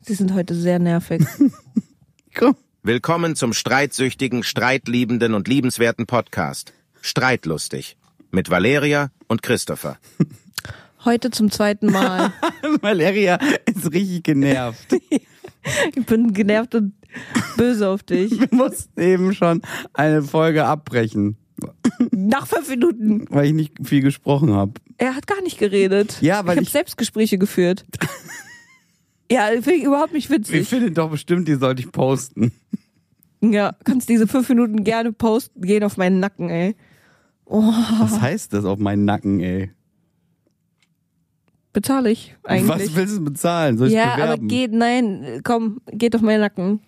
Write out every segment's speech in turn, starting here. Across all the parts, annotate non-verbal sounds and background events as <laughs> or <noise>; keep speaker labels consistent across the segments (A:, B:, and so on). A: Sie sind heute sehr <laughs> nervig.
B: Komm.
C: Willkommen zum streitsüchtigen, streitliebenden und liebenswerten Podcast. Streitlustig. Mit Valeria und Christopher.
A: Heute zum zweiten Mal.
B: Valeria also ist richtig genervt.
A: <laughs> Ich bin genervt und böse auf dich.
B: Wir mussten eben schon eine Folge abbrechen,
A: <laughs> Nach fünf Minuten.
B: weil ich nicht viel gesprochen habe.
A: Er hat gar nicht geredet.
B: Ja,
A: ich
B: weil
A: habe
B: ich-
A: Selbstgespräche <laughs> geführt. Ja, finde ich überhaupt nicht
B: Wir
A: witzig.
B: finden doch bestimmt, die sollte ich posten.
A: Ja, kannst diese fünf Minuten gerne posten, gehen auf meinen Nacken, ey. Oh,
B: Was heißt das auf meinen Nacken, ey?
A: Bezahle ich eigentlich.
B: Was willst du bezahlen? Soll ich
A: ja, aber
B: bewerben?
A: geht, nein, komm, geht auf meinen Nacken.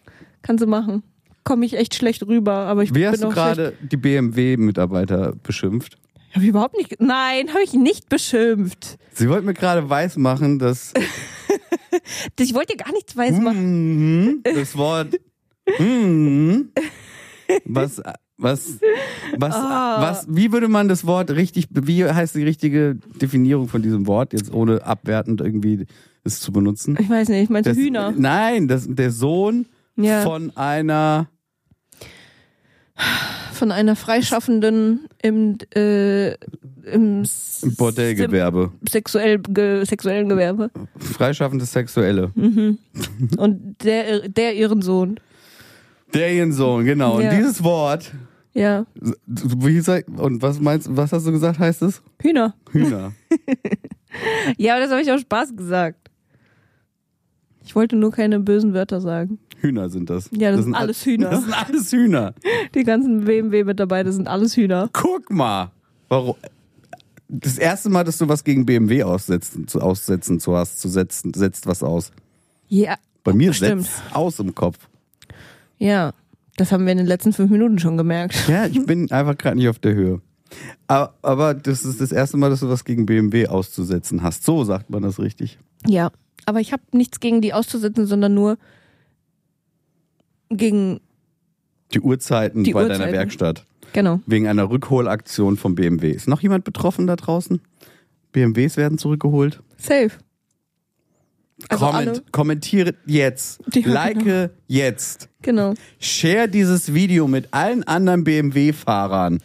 A: Kannst du machen. Komme ich echt schlecht rüber, aber ich
B: Wie
A: bin
B: hast du
A: auch
B: gerade die BMW-Mitarbeiter beschimpft?
A: schlecht. Hab ich überhaupt nicht. Nein, habe ich nicht beschimpft.
B: Sie wollten mir gerade weismachen, dass
A: Ich wollte dir gar nichts weiß machen.
B: Mhm, das Wort mhm, was was was
A: Ah.
B: was wie würde man das Wort richtig wie heißt die richtige Definierung von diesem Wort jetzt ohne abwertend irgendwie es zu benutzen?
A: Ich weiß nicht, ich meinte
B: Das,
A: Hühner.
B: Nein, das der Sohn
A: Ja.
B: von einer
A: Von einer Freischaffenden im, äh, im
B: im Bordellgewerbe,
A: Sim- Sexuell, ge, sexuellen Gewerbe.
B: freischaffendes Sexuelle.
A: Hm. Und der, der ihren Sohn.
B: Der ihren Sohn, genau.
A: Ja.
B: Und dieses Wort
A: Ja.
B: wie sag, und was meinst was hast du gesagt heißt es?
A: Hühner. <laughs>
B: Hühner.
A: Ja, aber das habe ich auch Spaß gesagt. Ich wollte nur keine bösen Wörter sagen.
B: Hühner sind das.
A: Ja, das sind alles Hühner.
B: Das sind alles Hühner.
A: Die ganzen BMW-Mitarbeiter sind alles Hühner.
B: Guck mal. Warum? Das erste Mal, dass du was gegen BMW aussetzen, zu aussetzen zu hast, zu setzen, setzt was aus.
A: Ja.
B: Bei mir
A: Stimmt.
B: setzt aus im Kopf.
A: Ja. Das haben wir in den letzten fünf Minuten schon gemerkt.
B: Ja, ich bin einfach gerade nicht auf der Höhe. Aber, aber das ist das erste Mal, dass du was gegen BMW auszusetzen hast. So sagt man das richtig.
A: Ja. Aber ich habe nichts gegen die auszusetzen, sondern nur gegen,
B: Die Uhrzeiten
A: Die
B: bei deiner
A: Uhrzeiten.
B: Werkstatt
A: genau.
B: wegen einer Rückholaktion von BMW. Ist noch jemand betroffen da draußen? BMWs werden zurückgeholt.
A: Safe. Also alle.
B: Comment, kommentiere jetzt.
A: Ja, genau.
B: like jetzt.
A: Genau.
B: Share dieses Video mit allen anderen BMW-Fahrern.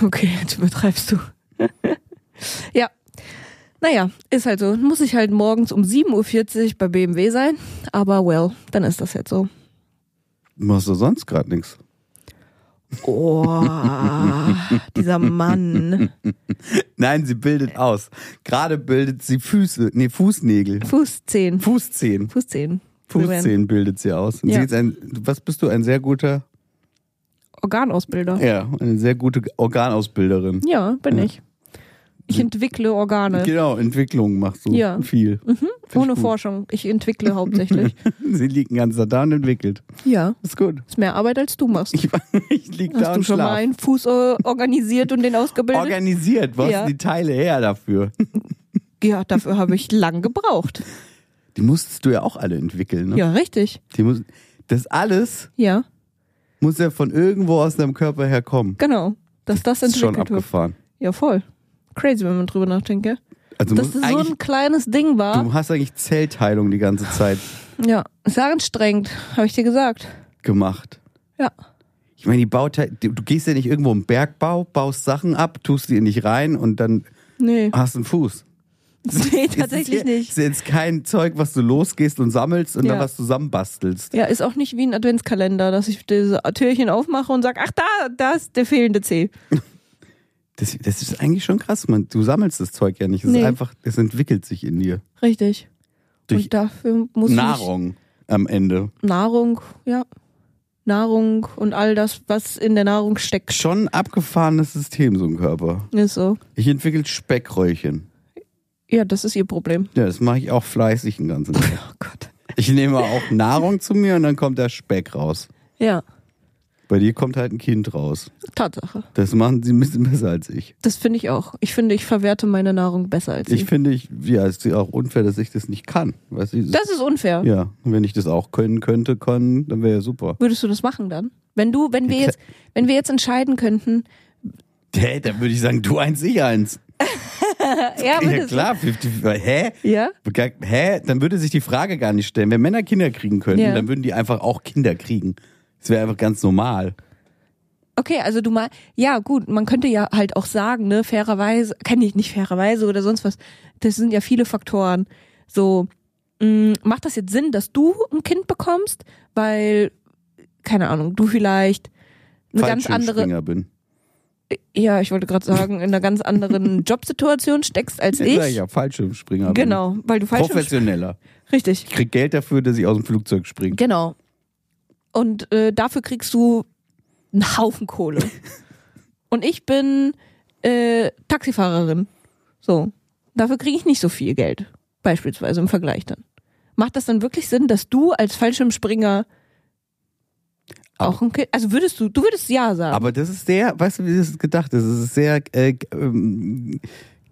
A: Okay, jetzt übertreibst du. <laughs> ja. Naja, ist halt so. Muss ich halt morgens um 7.40 Uhr bei BMW sein. Aber well, dann ist das jetzt so.
B: Machst du sonst gerade nichts?
A: Oh, dieser Mann.
B: Nein, sie bildet aus. Gerade bildet sie Füße, nee, Fußnägel.
A: Fußzehen.
B: Fußzehen.
A: Fußzehen.
B: Fußzehen bildet sie aus. Und
A: Ja.
B: sie ist ein, was bist du, ein sehr guter,
A: Organausbilder.
B: ja, eine sehr gute Organausbilderin.
A: Ja, bin ich. Ich entwickle Organe.
B: Genau, Entwicklung machst du
A: Ja. Mhm.
B: viel.
A: Ohne
B: gut.
A: Forschung. Ich entwickle hauptsächlich.
B: <laughs> Sie liegt den ganzen Tag da und entwickelt.
A: <laughs> ja.
B: Ist gut. <laughs>
A: Ist mehr Arbeit, als du machst.
B: Ich, ich lieg da
A: Hast du
B: und
A: schon mal
B: schlaf.
A: einen Fuß äh, organisiert und den ausgebildet?
B: Organisiert, wo
A: Ja.
B: hast du die Teile her dafür?
A: ja, dafür habe ich lang gebraucht.
B: Die musstest du ja auch alle entwickeln, ne?
A: Ja, richtig.
B: Die muss, das alles
A: Ja,
B: muss ja von irgendwo aus deinem Körper herkommen.
A: genau. Dass das
B: Das ist schon
A: entwickelt wird.
B: abgefahren.
A: Ja, voll. Crazy, wenn man drüber nachdenkt, gell?
B: Also
A: Dass
B: musst
A: das so
B: eigentlich,
A: ein kleines Ding war.
B: du hast eigentlich Zellteilung die ganze Zeit
A: Ja, sehr anstrengend, habe ich dir gesagt.
B: gemacht.
A: Ja.
B: Ich meine, die Bauteil, du, du gehst ja nicht irgendwo im Bergbau, baust Sachen ab, tust die nicht rein und dann
A: Nee.
B: hast du einen Fuß.
A: <laughs> nee,
B: Das
A: tatsächlich
B: Ah. ist ja-
A: nicht.
B: Ist jetzt kein Zeug, was du losgehst und sammelst und
A: Ja.
B: dann was zusammenbastelst.
A: Ja, ist auch nicht wie ein Adventskalender, dass ich diese Türchen aufmache und sage, ach da, da ist der fehlende C.
B: Das, das ist eigentlich schon krass, man. Du sammelst das Zeug ja nicht. Es
A: Nee.
B: ist einfach, es entwickelt sich in dir.
A: Richtig.
B: Durch
A: und dafür muss
B: Nahrung am Ende.
A: ich Nahrung, ja. Nahrung und all das, was in der Nahrung steckt,
B: Schon ein abgefahrenes System, so ein Körper.
A: ist so.
B: Ich entwickle Speckröllchen.
A: Ja, das ist ihr Problem.
B: Ja, das mache ich auch fleißig den ganzen Tag.
A: Oh Gott.
B: Ich nehme auch <laughs> Nahrung zu mir und dann kommt der Speck raus.
A: Ja,
B: Bei dir kommt halt ein Kind raus.
A: Tatsache.
B: Das machen sie ein bisschen besser als ich.
A: Das finde ich auch. Ich finde, ich verwerte meine Nahrung besser als
B: Ich
A: sie.
B: finde, ich, ja, es ist auch unfair, dass ich das nicht kann. Weißt du,
A: Das ist unfair.
B: ja, und wenn ich das auch können könnte, können, dann wäre ja super.
A: Würdest du das machen dann? Wenn du, wenn wir jetzt, wenn wir jetzt entscheiden könnten,
B: Hey, dann würde ich sagen, du eins, ich eins.
A: Ja,
B: Ja
A: würde
B: klar, 50, hä?
A: Ja.
B: Hä? Dann würde sich die Frage gar nicht stellen. Wenn Männer Kinder kriegen könnten,
A: Ja.
B: dann würden die einfach auch Kinder kriegen. Das wäre einfach ganz normal.
A: Okay, also du mal, ja gut, man könnte ja halt auch sagen, ne, fairerweise, kenne ich nicht fairerweise oder sonst was. Das sind ja viele Faktoren. So, mh, macht das jetzt Sinn, dass du ein Kind bekommst, weil keine Ahnung, du vielleicht eine ganz andere,
B: Fallschirmspringer bin.
A: ja, ich wollte gerade sagen, in einer ganz
B: <laughs>
A: anderen Jobsituation steckst als ich.
B: Sag ja, Fallschirmspringer.
A: Genau, weil du
B: Bin.
A: falsch
B: Professioneller.
A: richtig.
B: Ich krieg Geld dafür, dass ich aus dem Flugzeug springe.
A: Genau. Und äh, dafür kriegst du einen Haufen
B: <laughs>
A: Kohle. Und ich bin äh, Taxifahrerin. So. Dafür kriege ich nicht so viel Geld. Beispielsweise im Vergleich dann. Macht das dann wirklich Sinn, dass du als Fallschirmspringer auch ein Kind, also würdest du, du würdest ja sagen.
B: Aber das ist sehr, weißt du, wie das gedacht ist? Es ist sehr äh, g- ähm,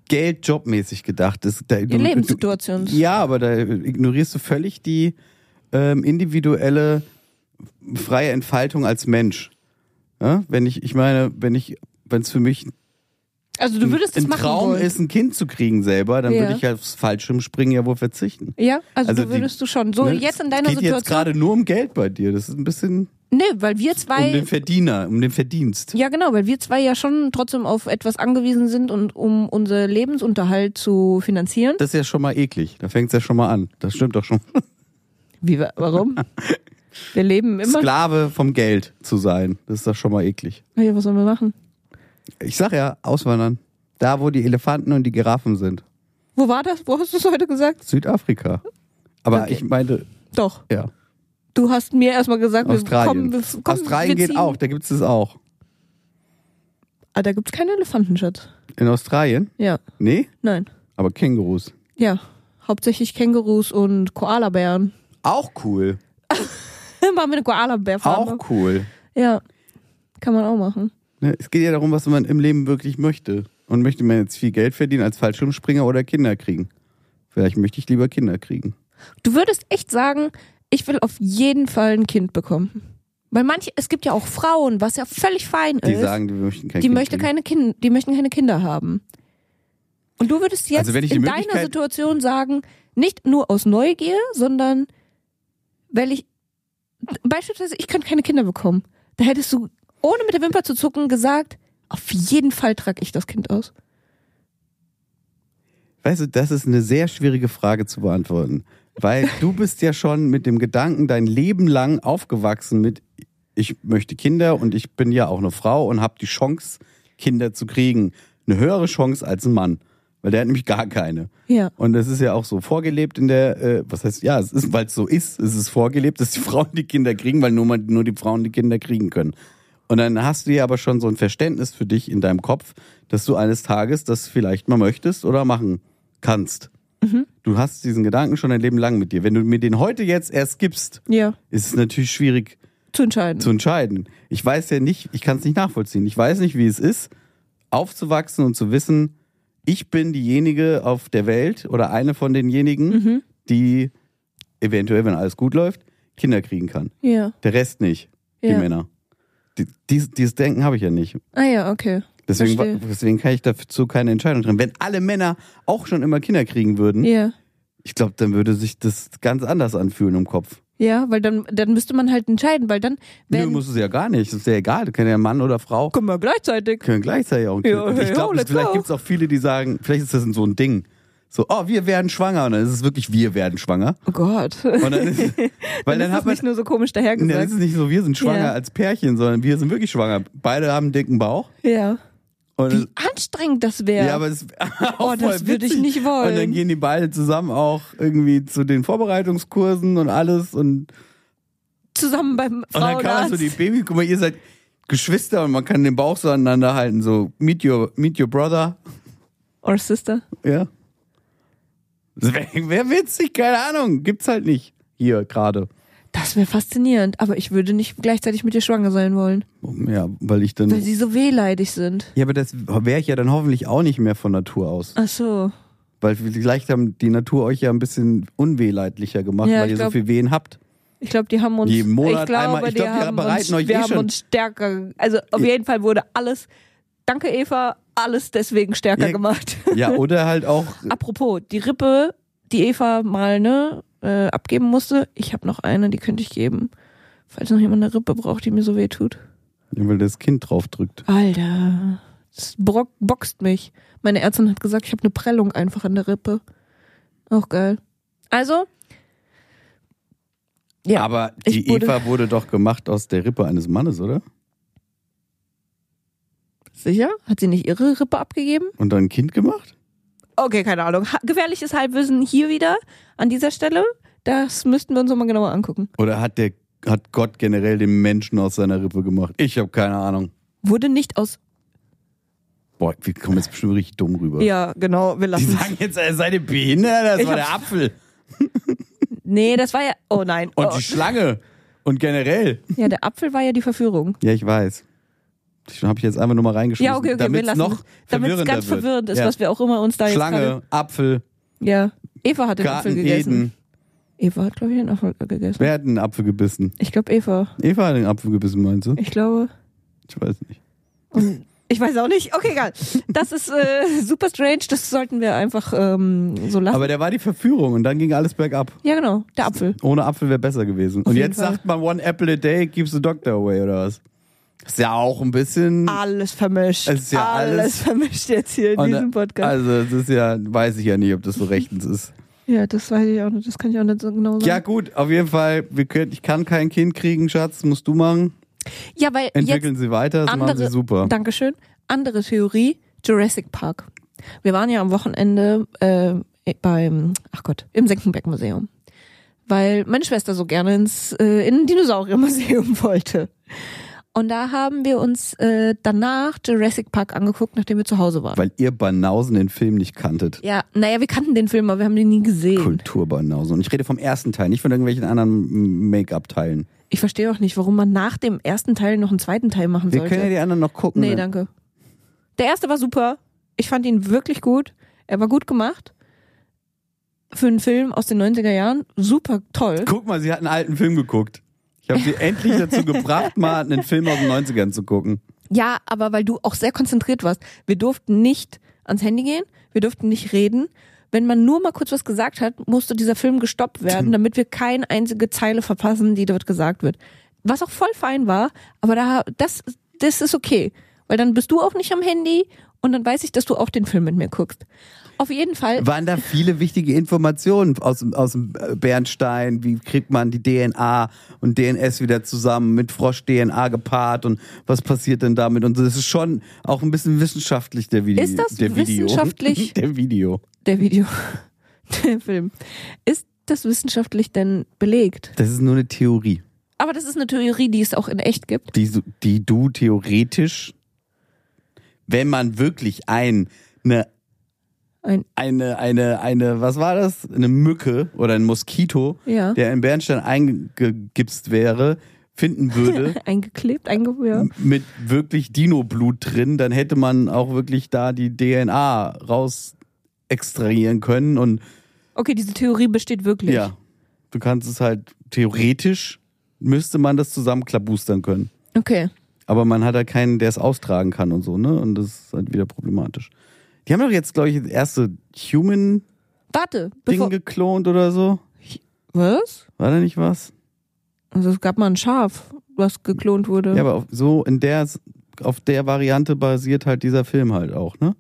B: geldjobmäßig gedacht. Das, da,
A: Die Lebenssituation.
B: Du, ja, aber da ignorierst du völlig die ähm, individuelle freie Entfaltung als Mensch. Ja? Wenn ich, ich meine, wenn ich, wenn es für mich
A: also du würdest das
B: ein
A: machen
B: Traum
A: wollen.
B: ist, ein Kind zu kriegen selber, dann
A: Ja.
B: würde ich aufs Fallschirmspringen ja wohl verzichten.
A: ja, also,
B: Also
A: du
B: die-
A: würdest du schon. So
B: Ne?
A: jetzt in
B: Es
A: deiner
B: geht jetzt
A: Situation.
B: gerade nur um Geld bei dir. Das ist ein bisschen
A: Nee, weil wir zwei.
B: um den Verdiener, um den Verdienst.
A: Ja, genau, weil wir zwei ja schon trotzdem auf etwas angewiesen sind und um unser Lebensunterhalt zu finanzieren.
B: Das ist ja schon mal eklig. Da fängt es ja schon mal an. Das stimmt doch schon.
A: Wie, wa- warum? <laughs> Wir leben <laughs> immer.
B: Sklave vom Geld zu sein. Das ist doch schon mal eklig.
A: Hey, was sollen wir machen?
B: Ich sag ja, auswandern. Da, wo die Elefanten und die Giraffen sind.
A: Wo war das? Wo hast du es heute gesagt?
B: Südafrika. Aber
A: Okay.
B: ich meinte,
A: Doch,
B: ja,
A: du hast mir erstmal gesagt, wir kommen.
B: Australien.
A: Wir kommen
B: Australien
A: wir
B: geht
A: ziehen-
B: auch, da gibt es das auch.
A: Ah, da gibt's keine Elefanten, Schatz.
B: In Australien?
A: Ja,
B: Nee,
A: nein.
B: aber Kängurus.
A: Ja, hauptsächlich Kängurus und Koalabären. <laughs>
B: Auch cool.
A: machen wir eine Koalabärfarm.
B: Auch cool.
A: Ja, kann man auch machen.
B: Ne, Es geht ja darum, was man im Leben wirklich möchte. Und möchte man jetzt viel Geld verdienen als Fallschirmspringer oder Kinder kriegen? Vielleicht möchte ich lieber Kinder kriegen.
A: Du würdest echt sagen, ich will auf jeden Fall ein Kind bekommen. Weil manche, es gibt ja auch Frauen, was ja völlig fein
B: Die
A: ist.
B: sagen, die möchten kein
A: Äh, die
B: Kind
A: möchte
B: kriegen.
A: keine Kinder, die möchten keine Kinder haben. Und du würdest jetzt
B: Also wenn ich die
A: in deiner
B: Möglichkeit-
A: Situation sagen, nicht nur aus Neugier, sondern weil ich beispielsweise ich kann keine Kinder bekommen. Da hättest du ohne mit der Wimper zu zucken gesagt, auf jeden Fall trage ich das Kind aus.
B: Weißt du, das ist eine sehr schwierige Frage zu beantworten.
A: <laughs>
B: Weil du bist ja schon mit dem Gedanken dein Leben lang aufgewachsen mit, ich möchte Kinder und ich bin ja auch eine Frau und habe die Chance, Kinder zu kriegen. Eine höhere Chance als ein Mann. Weil der hat nämlich gar keine.
A: Ja.
B: Und das ist ja auch so vorgelebt in der, äh, was heißt, ja, es ist, weil es so ist, es ist vorgelebt, dass die <laughs> Frauen die Kinder kriegen, weil nur, mal, nur die Frauen die Kinder kriegen können. Und dann hast du ja aber schon so ein Verständnis für dich in deinem Kopf, dass du eines Tages das vielleicht mal möchtest oder machen kannst. Du hast diesen Gedanken schon dein Leben lang mit dir. Wenn du mir den heute jetzt erst gibst,
A: Ja,
B: ist es natürlich schwierig,
A: zu entscheiden.
B: zu entscheiden. Ich weiß ja nicht, ich kann es nicht nachvollziehen. Ich weiß nicht, wie es ist, aufzuwachsen und zu wissen, ich bin diejenige auf der Welt oder eine von denjenigen,
A: Mhm.
B: die eventuell, wenn alles gut läuft, Kinder kriegen kann.
A: ja.
B: Der Rest nicht, die
A: Ja.
B: Männer. Die, dies, dieses Denken habe ich ja nicht.
A: Ah ja, okay.
B: Deswegen, wa-
A: Verstehe.
B: deswegen kann ich dazu keine Entscheidung treffen. Wenn alle Männer auch schon immer Kinder kriegen würden,
A: Ja.
B: ich glaube, dann würde sich das ganz anders anfühlen im Kopf.
A: Ja, weil dann, dann müsste man halt entscheiden, weil dann
B: Nö,
A: werden
B: muss es ja gar nicht. Ist ja egal. Da kann ja Mann oder Frau
A: können wir gleichzeitig.
B: können gleichzeitig auch ein Kind.
A: Ja,
B: Und ich
A: ja,
B: glaube,
A: let's
B: vielleicht
A: go.
B: gibt es auch viele, die sagen, vielleicht ist das so ein Ding. So, oh, wir werden schwanger. Und dann ist es wirklich, wir werden schwanger.
A: Oh <laughs> Gott.
B: Und dann ist, weil dann,
A: ist
B: hat
A: es
B: man,
A: nicht nur so komisch
B: dann
A: dahergesagt.
B: ist es nicht so, wir sind schwanger
A: Ja.
B: als Pärchen, sondern wir sind wirklich schwanger. Beide haben einen dicken Bauch.
A: ja.
B: Und
A: Wie anstrengend das wäre.
B: Also- Ja, aber es
A: Oh,
B: <laughs> auch
A: das
B: voll
A: würde ich
B: witzig.
A: nicht wollen.
B: Und dann gehen die beide zusammen auch irgendwie zu den Vorbereitungskursen und alles. Und,
A: Zusammen beim
B: und dann kann man
A: Frauenarzt.
B: so die Baby, guck mal, ihr seid Geschwister und man kann den Bauch so aneinander halten. So, meet your, meet your brother.
A: Or Sister.
B: Ja. Das wäre wär witzig, keine Ahnung. Gibt's halt nicht. Hier gerade.
A: Das wäre faszinierend, aber ich würde nicht gleichzeitig mit dir schwanger sein wollen,
B: Ja, weil ich
A: weil
B: dann.
A: sie so wehleidig sind.
B: Ja, aber das wäre ich ja dann hoffentlich auch nicht mehr von Natur aus.
A: Ach so.
B: Weil vielleicht haben die Natur euch ja ein bisschen unwehleidlicher gemacht,
A: Ja,
B: weil
A: ich
B: ihr so
A: glaub-
B: viel Wehen habt.
A: Ich glaube, die haben uns.
B: Jeden Monat
A: ich glaube,
B: einmal- ich
A: die
B: glaub, wir
A: haben
B: bereiten
A: uns,
B: euch eh
A: wir haben
B: schon-
A: uns stärker. Also auf jeden Fall wurde alles. Danke Eva. alles deswegen stärker
B: Ja.
A: gemacht. <laughs>
B: Ja, oder halt auch,
A: Hm. Apropos, die Rippe, die Eva mal ne, äh, abgeben musste, ich habe noch eine, die könnte ich geben. Falls noch jemand eine Rippe braucht, die mir so weh tut.
B: weil das Kind draufdrückt.
A: Alter, das brock, boxt mich. Meine Ärztin hat gesagt, ich habe eine Prellung einfach an der Rippe. Auch geil. Also, ja,
B: Aber
A: ich
B: die
A: wurde-
B: Eva wurde doch gemacht aus der Rippe eines Mannes, oder?
A: sicher? Hat sie nicht ihre Rippe abgegeben?
B: Und dann ein Kind gemacht?
A: Okay, keine Ahnung. Ha gefährliches Halbwissen hier wieder an dieser Stelle. Das müssten wir uns nochmal genauer angucken.
B: Oder hat der hat Gott generell den Menschen aus seiner Rippe gemacht? Ich habe keine Ahnung.
A: Wurde nicht aus.
B: Boah, wir kommen jetzt bestimmt richtig dumm rüber.
A: Ja, genau, wir
B: Die
A: lassen
B: sagen jetzt, er sei der behindert, das
A: Ich
B: war
A: hab-
B: der Apfel.
A: Nee, das war ja. Oh nein.
B: Und
A: oh.
B: die Schlange. Und generell.
A: Ja, der Apfel war ja die Verführung.
B: Ja, ich weiß. Ich habe ich jetzt einfach nur mal reingeschrieben.
A: Ja, okay, okay, wir
B: damit's
A: lassen
B: noch
A: Damit es
B: verwirrender
A: ganz
B: wird.
A: verwirrend ist,
B: ja.
A: was wir auch immer uns da jetzt. gerade-
B: Schlange, Apfel,
A: Ja. Eva hat den Apfel
B: Garten
A: gegessen.
B: Eden.
A: Eva hat, glaube ich, den Apfel gegessen.
B: Wer hat einen Apfel gebissen?
A: Ich glaube, Eva.
B: Eva hat den Apfel gebissen, meinst du?
A: Ich glaube.
B: Ich weiß nicht.
A: Und ich weiß auch nicht. Okay, egal. Das ist äh, super strange. Das sollten wir einfach ähm, so lassen.
B: Aber der war die Verführung und dann ging alles bergab.
A: ja, genau. Der Apfel.
B: Ohne Apfel wäre besser gewesen. und
A: jeden
B: jetzt
A: Fall.
B: sagt man, one apple a day keeps the doctor away oder was? Ist ja auch ein bisschen.
A: Alles vermischt.
B: Es ist ja
A: alles,
B: alles-
A: vermischt jetzt hier in
B: Und,
A: diesem Podcast.
B: Also, das ist ja, weiß ich ja nicht, ob das so rechtens ist.
A: ja, das weiß ich auch nicht. Das kann ich auch nicht so genau sagen.
B: Ja, gut, auf jeden Fall, wir können, ich kann kein Kind kriegen, Schatz, musst du machen.
A: ja weil jetzt
B: Entwickeln sie weiter, das machen sie super.
A: Dankeschön. Andere Theorie, Jurassic Park. Wir waren ja am Wochenende äh, beim, ach Gott, im Senckenberg-Museum. Weil meine Schwester so gerne ins äh, in ein Dinosaurier-Museum <laughs> wollte. Und da haben wir uns äh, danach Jurassic Park angeguckt, nachdem wir zu Hause waren.
B: Weil ihr Banausen den Film nicht kanntet.
A: Ja, naja, wir kannten den Film, aber wir haben den nie gesehen.
B: Kulturbanausen. Und ich rede vom ersten Teil, nicht von irgendwelchen anderen Make-up-Teilen.
A: Ich verstehe auch nicht, warum man nach dem ersten Teil noch einen zweiten Teil machen
B: Wir
A: sollte.
B: können ja die anderen noch gucken. ne?
A: Nee,
B: wenn-
A: danke. Der erste war super. Ich fand ihn wirklich gut. Er war gut gemacht. Für einen Film aus den 90er Jahren. Super toll.
B: Guck mal, sie hat einen alten Film geguckt. Ich habe sie endlich
A: <laughs>
B: dazu gebracht, mal einen Film aus den 90ern zu gucken.
A: Ja, aber weil du auch sehr konzentriert warst. Wir durften nicht ans Handy gehen. Wir durften nicht reden. Wenn man nur mal kurz was gesagt hat, musste dieser Film gestoppt werden, damit wir keine einzige Zeile verpassen, die dort gesagt wird. Was auch voll fein war, aber da, das, das ist okay. Weil dann bist du auch nicht am Handy und dann weiß ich, dass du auch den Film mit mir guckst. Auf jeden Fall.
B: Waren da viele wichtige Informationen aus, dem- aus dem äh, Bernstein? Wie kriegt man die DNA und DNS wieder zusammen mit Frosch-DNA gepaart und was passiert denn damit? Und das ist schon auch ein bisschen wissenschaftlich, der Video.
A: Ist das
B: der Video.
A: wissenschaftlich?
B: <laughs> Der Video.
A: der Video, <laughs> der Film. Ist das wissenschaftlich denn belegt?
B: Das ist nur eine Theorie,
A: Aber das ist eine Theorie, die es auch in echt gibt.
B: die, so- die du theoretisch, wenn man wirklich ein, eine
A: Ein,
B: eine, eine, eine, was war das? Eine Mücke oder ein Moskito,
A: Ja.
B: der in Bernstein eingegipst wäre,
A: <laughs>
B: finden würde,
A: eingeklebt, eingewehr.
B: mit wirklich Dino-Blut drin, dann hätte man auch wirklich da die DNA raus extrahieren können und
A: Okay, diese Theorie besteht wirklich.
B: ja, du kannst es halt theoretisch müsste man das zusammen klabustern können.
A: Okay.
B: Aber man hat da keinen, der es austragen kann und so, ne? Und das ist halt wieder problematisch. Die haben doch jetzt, glaube ich, das erste Human-Ding
A: Warte, bevor.
B: geklont oder so.
A: Was?
B: War da nicht was?
A: Also es gab mal ein Schaf, was geklont wurde.
B: Ja, aber auf, so in der, auf der Variante basiert halt dieser Film halt auch, ne?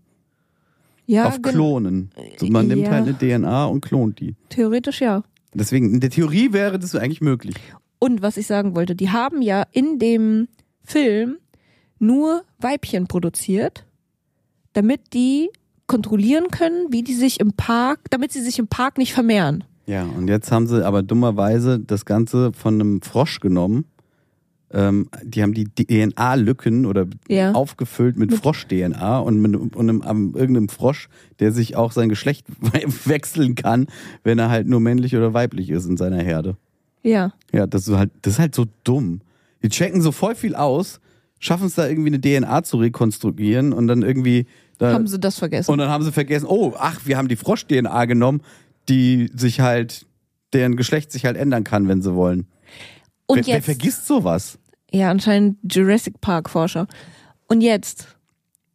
A: Ja,
B: auf
A: gen-
B: Klonen. So, man nimmt
A: Ja.
B: halt eine DNA und klont die.
A: Theoretisch ja.
B: Deswegen, in der Theorie wäre das eigentlich möglich.
A: Und was ich sagen wollte, die haben ja in dem Film nur Weibchen produziert, damit die kontrollieren können, wie die sich im Park, damit sie sich im Park nicht vermehren.
B: Ja, und jetzt haben sie aber dummerweise das Ganze von einem Frosch genommen. Ähm, die haben die DNA-Lücken oder
A: Ja.
B: aufgefüllt mit, Frosch-DNA und mit und einem, am, irgendeinem Frosch, der sich auch sein Geschlecht <laughs> wechseln kann, wenn er halt nur männlich oder weiblich ist in seiner Herde.
A: Ja.
B: Ja, das ist halt, das ist halt so dumm. Die checken so voll viel aus, schaffen es da irgendwie eine DNA zu rekonstruieren und dann irgendwie. Da,
A: Haben sie das vergessen?
B: Äh, und dann haben sie vergessen, oh, ach, wir haben die Frosch-DNA genommen, die sich halt, deren Geschlecht sich halt ändern kann, wenn sie wollen.
A: Und
B: wer, wer vergisst sowas?
A: Ja, anscheinend Jurassic Park Forscher. Und jetzt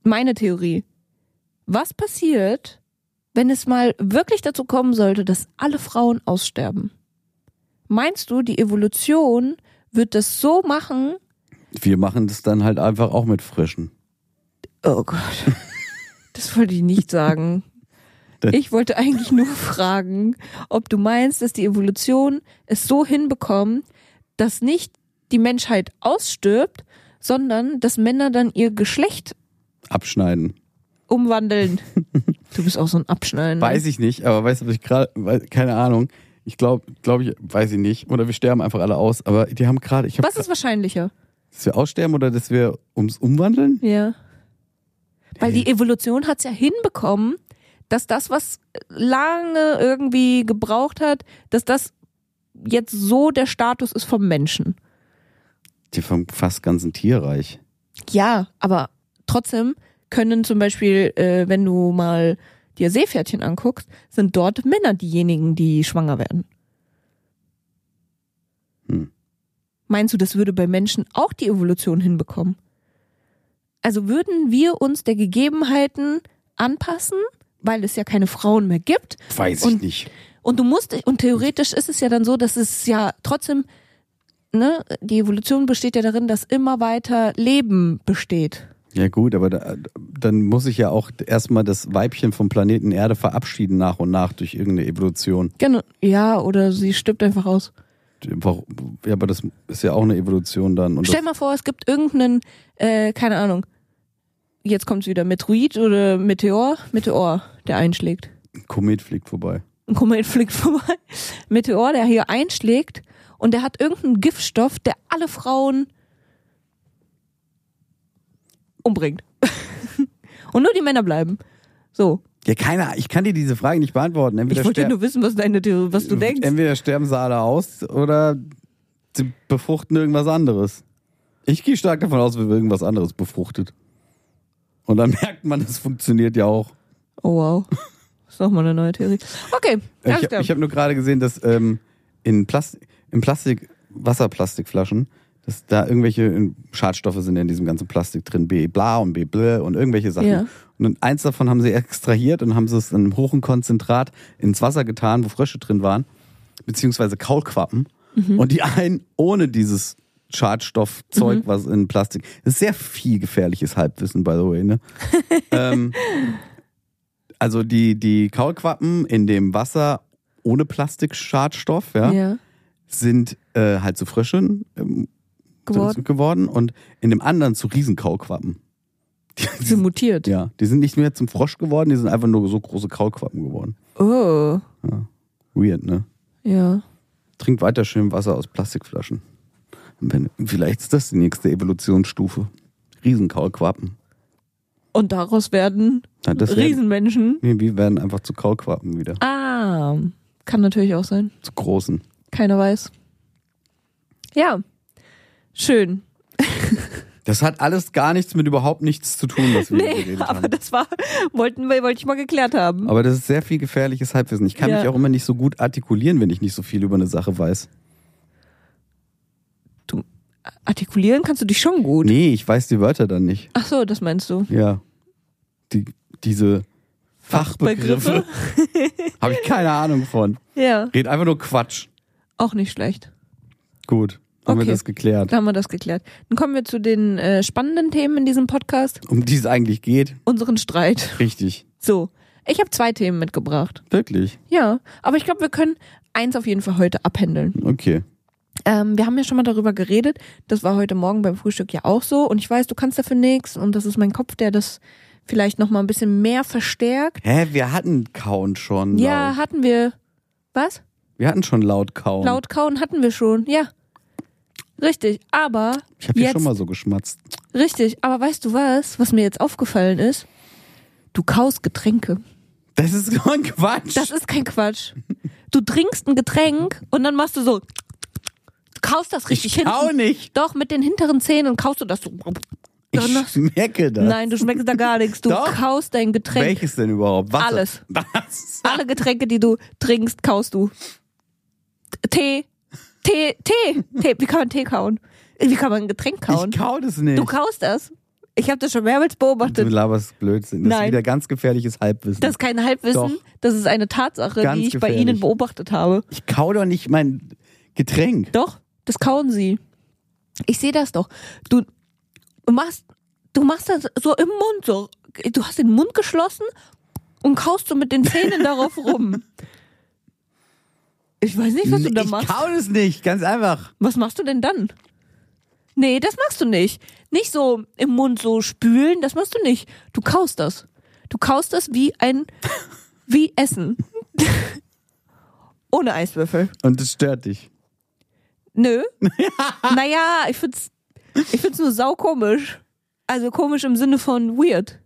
A: meine Theorie. was passiert, wenn es mal wirklich dazu kommen sollte, dass alle Frauen aussterben? Meinst du, die Evolution wird das so machen?
B: Wir machen das dann halt einfach auch mit Frischen.
A: Oh Gott. Das wollte ich nicht sagen. Ich wollte eigentlich nur fragen, ob du meinst, dass die Evolution es so hinbekommt, dass nicht die Menschheit ausstirbt, sondern dass Männer dann ihr Geschlecht
B: Abschneiden. <laughs>
A: umwandeln. Du bist auch so ein Abschneiden.
B: Weiß ich nicht, aber weißt du, was ich gerade, wei- keine Ahnung. Ich glaube, glaube ich, weiß ich nicht. Oder wir sterben einfach alle aus. Aber die haben gerade, ich habe,
A: Was ist wahrscheinlicher?
B: dass wir aussterben oder dass wir ums Umwandeln?
A: Ja. Weil die Evolution hat's ja hinbekommen, dass das, was lange irgendwie gebraucht hat, dass das jetzt so der Status ist vom Menschen.
B: Die vom fast ganzen Tierreich.
A: Ja, aber trotzdem können zum Beispiel, äh, wenn du mal dir Seepferdchen anguckst, sind dort Männer diejenigen, die schwanger werden.
B: Hm.
A: Meinst du, das würde bei Menschen auch die Evolution hinbekommen? Also würden wir uns der Gegebenheiten anpassen, weil es ja keine Frauen mehr gibt?
B: Weiß ich
A: Und-
B: nicht.
A: Und du musst, und theoretisch ist es ja dann so, dass es ja trotzdem, ne, die Evolution besteht ja darin, dass immer weiter Leben besteht.
B: Ja gut, aber da, dann muss ich ja auch erstmal das Weibchen vom Planeten Erde verabschieden nach und nach durch irgendeine Evolution.
A: Genau. Ja, oder sie stirbt einfach aus.
B: Warum- Ja, aber das ist ja auch eine Evolution dann. Und
A: Stell
B: das,
A: mal vor, es gibt irgendeinen, äh, keine Ahnung, jetzt kommt's wieder Meteorit oder Meteor, Meteor, der einschlägt.
B: ein Komet fliegt vorbei.
A: Ein Komet fliegt <laughs> vorbei. Meteor, der hier einschlägt und der hat irgendeinen Giftstoff, der alle Frauen umbringt. <laughs> und nur die Männer bleiben. So.
B: Ja, keiner. Ich kann dir diese Frage nicht beantworten. Entweder
A: Ich wollte
B: ster- Äh,
A: nur wissen, was deine Theorie, was du denkst.
B: Entweder sterben sie alle aus oder sie befruchten irgendwas anderes. Ich gehe stark davon aus, wir werden irgendwas anderes befruchtet. Und dann <laughs> merkt man, das funktioniert ja auch.
A: Oh wow. Ist nochmal eine neue Theorie. Okay, alles
B: Äh, Ich,
A: klar.
B: ich habe nur gerade gesehen, dass ähm, in, Plas- in Plastik, Wasserplastikflaschen, dass da irgendwelche Schadstoffe sind in diesem ganzen Plastik drin, B bla und B blö und irgendwelche Sachen.
A: Ja.
B: Und eins davon haben sie <laughs> extrahiert und haben sie es in einem hohen Konzentrat ins Wasser getan, wo Frösche drin waren, beziehungsweise Kaulquappen. Und die einen ohne dieses Schadstoffzeug, was in Plastik. Das ist sehr viel gefährliches Halbwissen, by the way, ne? ähm, also die, die Kaulquappen in dem Wasser ohne Plastikschadstoff, ja,
A: ja,
B: sind äh, halt zu Fröschen ähm,
A: geworden.
B: geworden und in dem anderen zu Riesenkaulquappen.
A: Sie mutiert.
B: Ja, die sind nicht mehr zum Frosch geworden, die sind einfach nur so große Kaulquappen geworden.
A: Oh,
B: Weird, ne?
A: ja.
B: Trinkt weiter schön Wasser aus Plastikflaschen. Und wenn, vielleicht ist das die nächste Evolutionsstufe. Riesenkaulquappen.
A: Und daraus werden
B: Ja, das werden-
A: Riesenmenschen.
B: Nee, wir werden einfach zu Kaulquappen wieder.
A: Ah, kann natürlich auch sein.
B: Zu großen.
A: Keiner weiß. Ja, schön.
B: Das hat alles gar nichts mit überhaupt nichts zu tun, was wir hier
A: Nee, <laughs>
B: geredet
A: aber
B: haben.
A: das war, wollten wir, wollte ich mal geklärt haben.
B: Aber das ist sehr viel gefährliches Halbwissen. Ich kann
A: Ja.
B: mich auch immer nicht so gut artikulieren, wenn ich nicht so viel über eine Sache weiß.
A: Du, artikulieren kannst du dich schon gut.
B: Nee, ich weiß die Wörter dann nicht.
A: Ach so, das meinst du.
B: Ja. Die, diese Fachbegriffe <laughs> habe ich keine Ahnung von.
A: Ja,
B: Red einfach nur Quatsch.
A: auch nicht schlecht.
B: Gut, haben
A: Okay.
B: wir das geklärt.
A: Da haben wir das geklärt. Dann kommen wir zu den äh, spannenden Themen in diesem Podcast.
B: Um die es eigentlich geht.
A: Unseren Streit.
B: Richtig.
A: So, ich habe zwei Themen mitgebracht.
B: Wirklich.
A: Ja, aber ich glaube, wir können eins auf jeden Fall heute abhändeln.
B: Okay.
A: Ähm, wir haben ja schon mal darüber geredet. Das war heute Morgen beim Frühstück ja auch so. Und ich weiß, du kannst dafür nichts. Und das ist mein Kopf, der das vielleicht noch mal ein bisschen mehr verstärkt.
B: Hä, wir hatten Kauen schon.
A: Ja,
B: Laut.
A: hatten wir. Was?
B: Wir hatten schon laut Kauen.
A: Laut kauen hatten wir schon. Ja. Richtig. Aber
B: Ich habe hier
A: jetzt.
B: schon mal so geschmatzt.
A: richtig. Aber weißt du was? Was mir jetzt aufgefallen ist? Du kaust Getränke.
B: Das ist <laughs> so ein Quatsch.
A: Das ist kein Quatsch. Du trinkst ein Getränk und dann machst du so. Du kaust das richtig
B: ich kau
A: hinten.
B: nicht.
A: Doch, mit den hinteren Zähnen und kaust du das so.
B: Ich schmecke das.
A: Nein, du schmeckst da gar nichts. Du
B: Doch.
A: kaust dein Getränk.
B: Welches Ah. denn überhaupt? Wasser.
A: Alles.
B: Was?
A: Alle Getränke, die du trinkst, kaust du. Tee. Tee. Tee. Tee. Wie kann man Tee kauen? Wie kann man ein Getränk kauen?
B: Ich kau das nicht.
A: Du kaust das. Ich habe das schon mehrmals
B: Du
A: beobachtet.
B: laberst Blödsinn. Das ist
A: Nein.
B: wieder ganz gefährliches Halbwissen.
A: Das ist kein Halbwissen,
B: Doch.
A: das ist eine Tatsache,
B: Ganz
A: die ich bei
B: gefährlich.
A: Ihnen beobachtet habe.
B: ich kau doch nicht mein Getränk.
A: Doch, das kauen sie. Ich sehe das doch. Du machst, du machst das so im Mund so. Du hast den Mund geschlossen und kaust so mit den Zähnen
B: <laughs>
A: darauf rum. Ich weiß nicht, was du da
B: ich
A: machst.
B: kau das nicht, ganz einfach.
A: Was machst du denn dann? Nee, das machst du nicht. Nicht so im Mund so spülen, das machst du nicht. Du kaust das. Du kaust das wie ein, wie Essen. <laughs> Ohne Eiswürfel.
B: Und das stört dich.
A: Nö. naja, ich find's, ich find's nur saukomisch. Also komisch im Sinne von weird.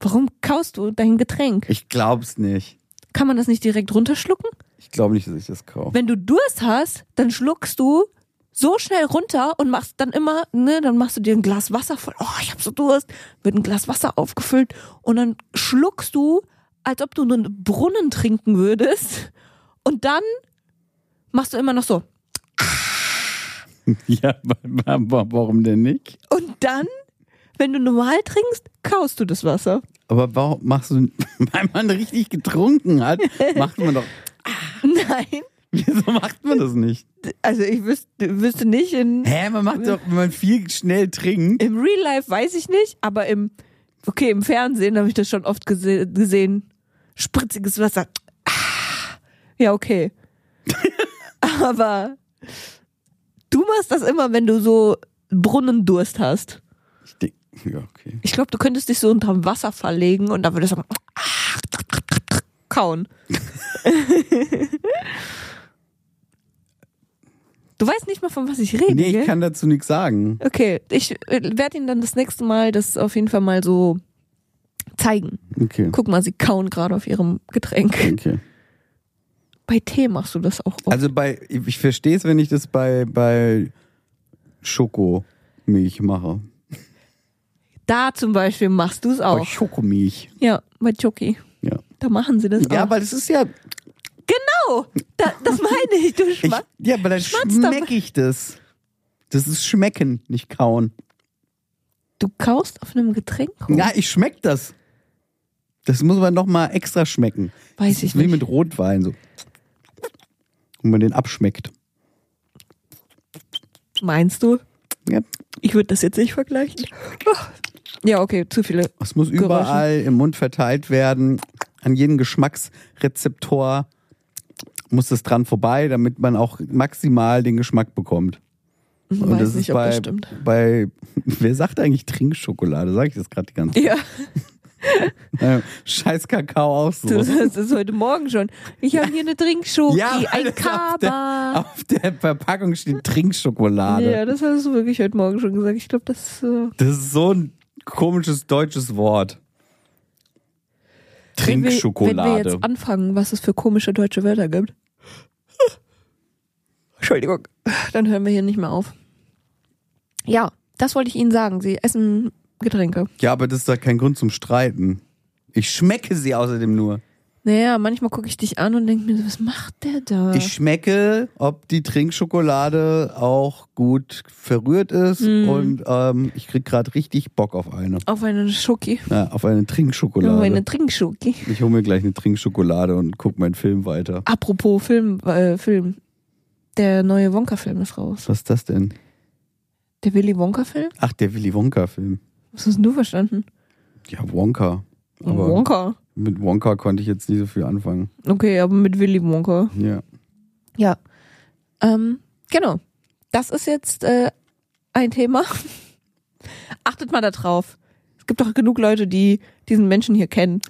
A: Warum kaust du dein Getränk?
B: Ich glaub's nicht.
A: Kann man das nicht direkt runterschlucken?
B: Ich glaube nicht, dass ich
A: <laughs>
B: das kau.
A: Wenn du Durst hast, dann schluckst du so schnell runter und machst dann immer, ne, dann machst du dir ein Glas Wasser voll. Oh, ich hab so Durst. Wird ein Glas Wasser aufgefüllt und dann schluckst du, als ob du einen Brunnen trinken würdest. Und dann machst du immer noch so.
B: Ja, aber warum denn nicht?
A: Und dann, wenn du normal trinkst, kaust du das Wasser.
B: Aber warum machst du, <laughs> weil man richtig
A: <laughs>
B: getrunken hat, macht man doch,
A: Nein.
B: wieso macht man das nicht?
A: Also ich wüsste, wüsste nicht, in,
B: Hä, man macht doch, wenn man viel schnell trinkt.
A: im Real Life weiß ich nicht, aber im, okay, im Fernsehen habe ich das schon oft gese gesehen. Spritziges Wasser. Ah. Ja, okay. aber du machst das immer, wenn du so Brunnendurst hast.
B: Ich denk, ja, okay.
A: Ich glaube, du könntest dich so unterm Wasser verlegen und dann würdest du ah,
B: <laughs>
A: kauen. du weißt nicht mal, von was ich rede.
B: Nee,
A: gell?
B: ich kann dazu nichts sagen.
A: okay, ich werde Ihnen dann das nächste Mal das auf jeden Fall mal so zeigen.
B: Okay.
A: Guck mal, sie kauen gerade auf ihrem Getränk.
B: Okay.
A: Bei Tee machst du das auch oft.
B: Also bei, ich verstehe es, wenn ich das bei, bei Schokomilch mache.
A: da zum Beispiel machst du es
B: Bei
A: auch.
B: Schokomilch.
A: Ja, bei Chucky.
B: Ja. Ah.
A: Da machen sie das
B: Ja,
A: auch.
B: aber das ist ja,
A: Genau, da, das meine ich. Du
B: ich,
A: schmatzt.
B: ja, aber dann
A: schmatzt dabei.
B: schmecke ich das. Das ist schmecken, nicht kauen.
A: Du kaust auf einem Getränk rum.
B: Ja, ich schmeck das. Das muss man noch mal extra schmecken.
A: Weiß ich
B: Das ist wie
A: nicht.
B: mit Rotwein so. Und man den abschmeckt.
A: Meinst du?
B: Ja.
A: Ich würde das jetzt nicht vergleichen. Ja, okay, zu viele.
B: Es muss
A: Geräusche.
B: überall im Mund verteilt werden. An jedem Geschmacksrezeptor muss es dran vorbei, damit man auch maximal den Geschmack bekommt.
A: Ich
B: Und das
A: weiß
B: ist
A: nicht, ob
B: bei,
A: das stimmt.
B: bei <laughs> wer sagt eigentlich Trinkschokolade? Sag ich das gerade die ganze Zeit.
A: Ja,
B: Äh, Scheiß Kakao auch
A: <laughs> du,
B: so.
A: das ist heute Morgen schon. Ich habe hier eine Trinkschoki,
B: weil
A: ein
B: das auf, der,
A: Kaba.
B: auf der Verpackung steht Trinkschokolade.
A: Ja, das hast du wirklich heute Morgen schon gesagt. Ich glaube, das. Äh,
B: Das ist so ein komisches deutsches Wort.
A: Wenn wir, wenn wir
B: Trinkschokolade.
A: jetzt anfangen, was es für komische deutsche Wörter gibt. <laughs> Entschuldigung. Dann hören wir hier nicht mehr auf. Ja, das wollte ich Ihnen sagen. Sie essen Getränke.
B: Ja, aber das ist doch kein Grund zum Streiten. Ich schmecke sie außerdem nur.
A: Naja, manchmal gucke ich dich an und denke mir, so, was macht der da?
B: Ich schmecke, ob die Trinkschokolade auch gut verrührt ist
A: Mhm.
B: und ähm, ich krieg gerade richtig Bock auf eine.
A: auf eine Schoki.
B: Ja, auf eine Trinkschokolade.
A: Auf Oh, eine Trinkschoki.
B: ich hole mir gleich eine Trinkschokolade und guck meinen Film weiter.
A: Apropos Film, äh, Film. Der neue Wonka-Film ist raus.
B: Was ist das denn?
A: Der Willy Wonka-Film?
B: Ach, der Willy Wonka-Film.
A: Was hast denn du verstanden?
B: Ja, Wonka. Aber
A: Wonka.
B: mit Wonka konnte ich jetzt nie so viel anfangen.
A: Okay, aber mit Willy Wonka.
B: Ja.
A: Ja. Ähm, genau. Das ist jetzt äh, ein Thema. <laughs> Achtet mal da drauf. Es gibt doch genug Leute, die diesen Menschen hier kennen.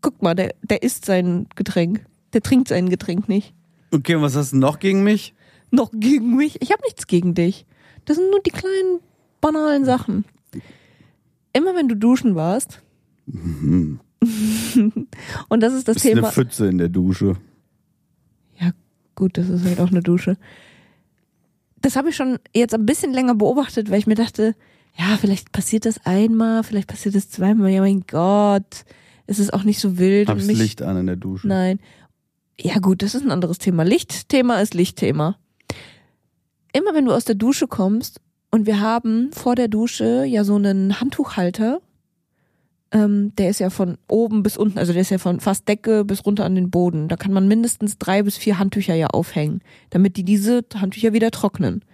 A: Guck mal, der, der isst sein Getränk. Der trinkt sein Getränk nicht.
B: Okay, und was hast du noch gegen mich?
A: Noch gegen mich? Ich habe nichts gegen dich. Das sind nur die kleinen, banalen Sachen. Immer wenn du duschen warst. <laughs> Und das ist das
B: Bist
A: Thema.
B: eine Pfütze in der Dusche.
A: Ja, gut, das ist halt auch eine Dusche. Das habe ich schon jetzt ein bisschen länger beobachtet, weil ich mir dachte, ja, vielleicht passiert das einmal, vielleicht passiert das zweimal. Ja, mein Gott, es ist auch nicht so wild.
B: Hab's
A: und mich,
B: Licht an in der Dusche.
A: Nein. Ja, gut, das ist ein anderes Thema. Lichtthema ist Lichtthema. Immer wenn du aus der Dusche kommst Und wir haben vor der Dusche ja so einen Handtuchhalter. Ähm, der ist ja von oben bis unten, also der ist ja von fast Decke bis runter an den Boden. Da kann man mindestens drei bis vier Handtücher ja aufhängen, damit die diese Handtücher wieder trocknen.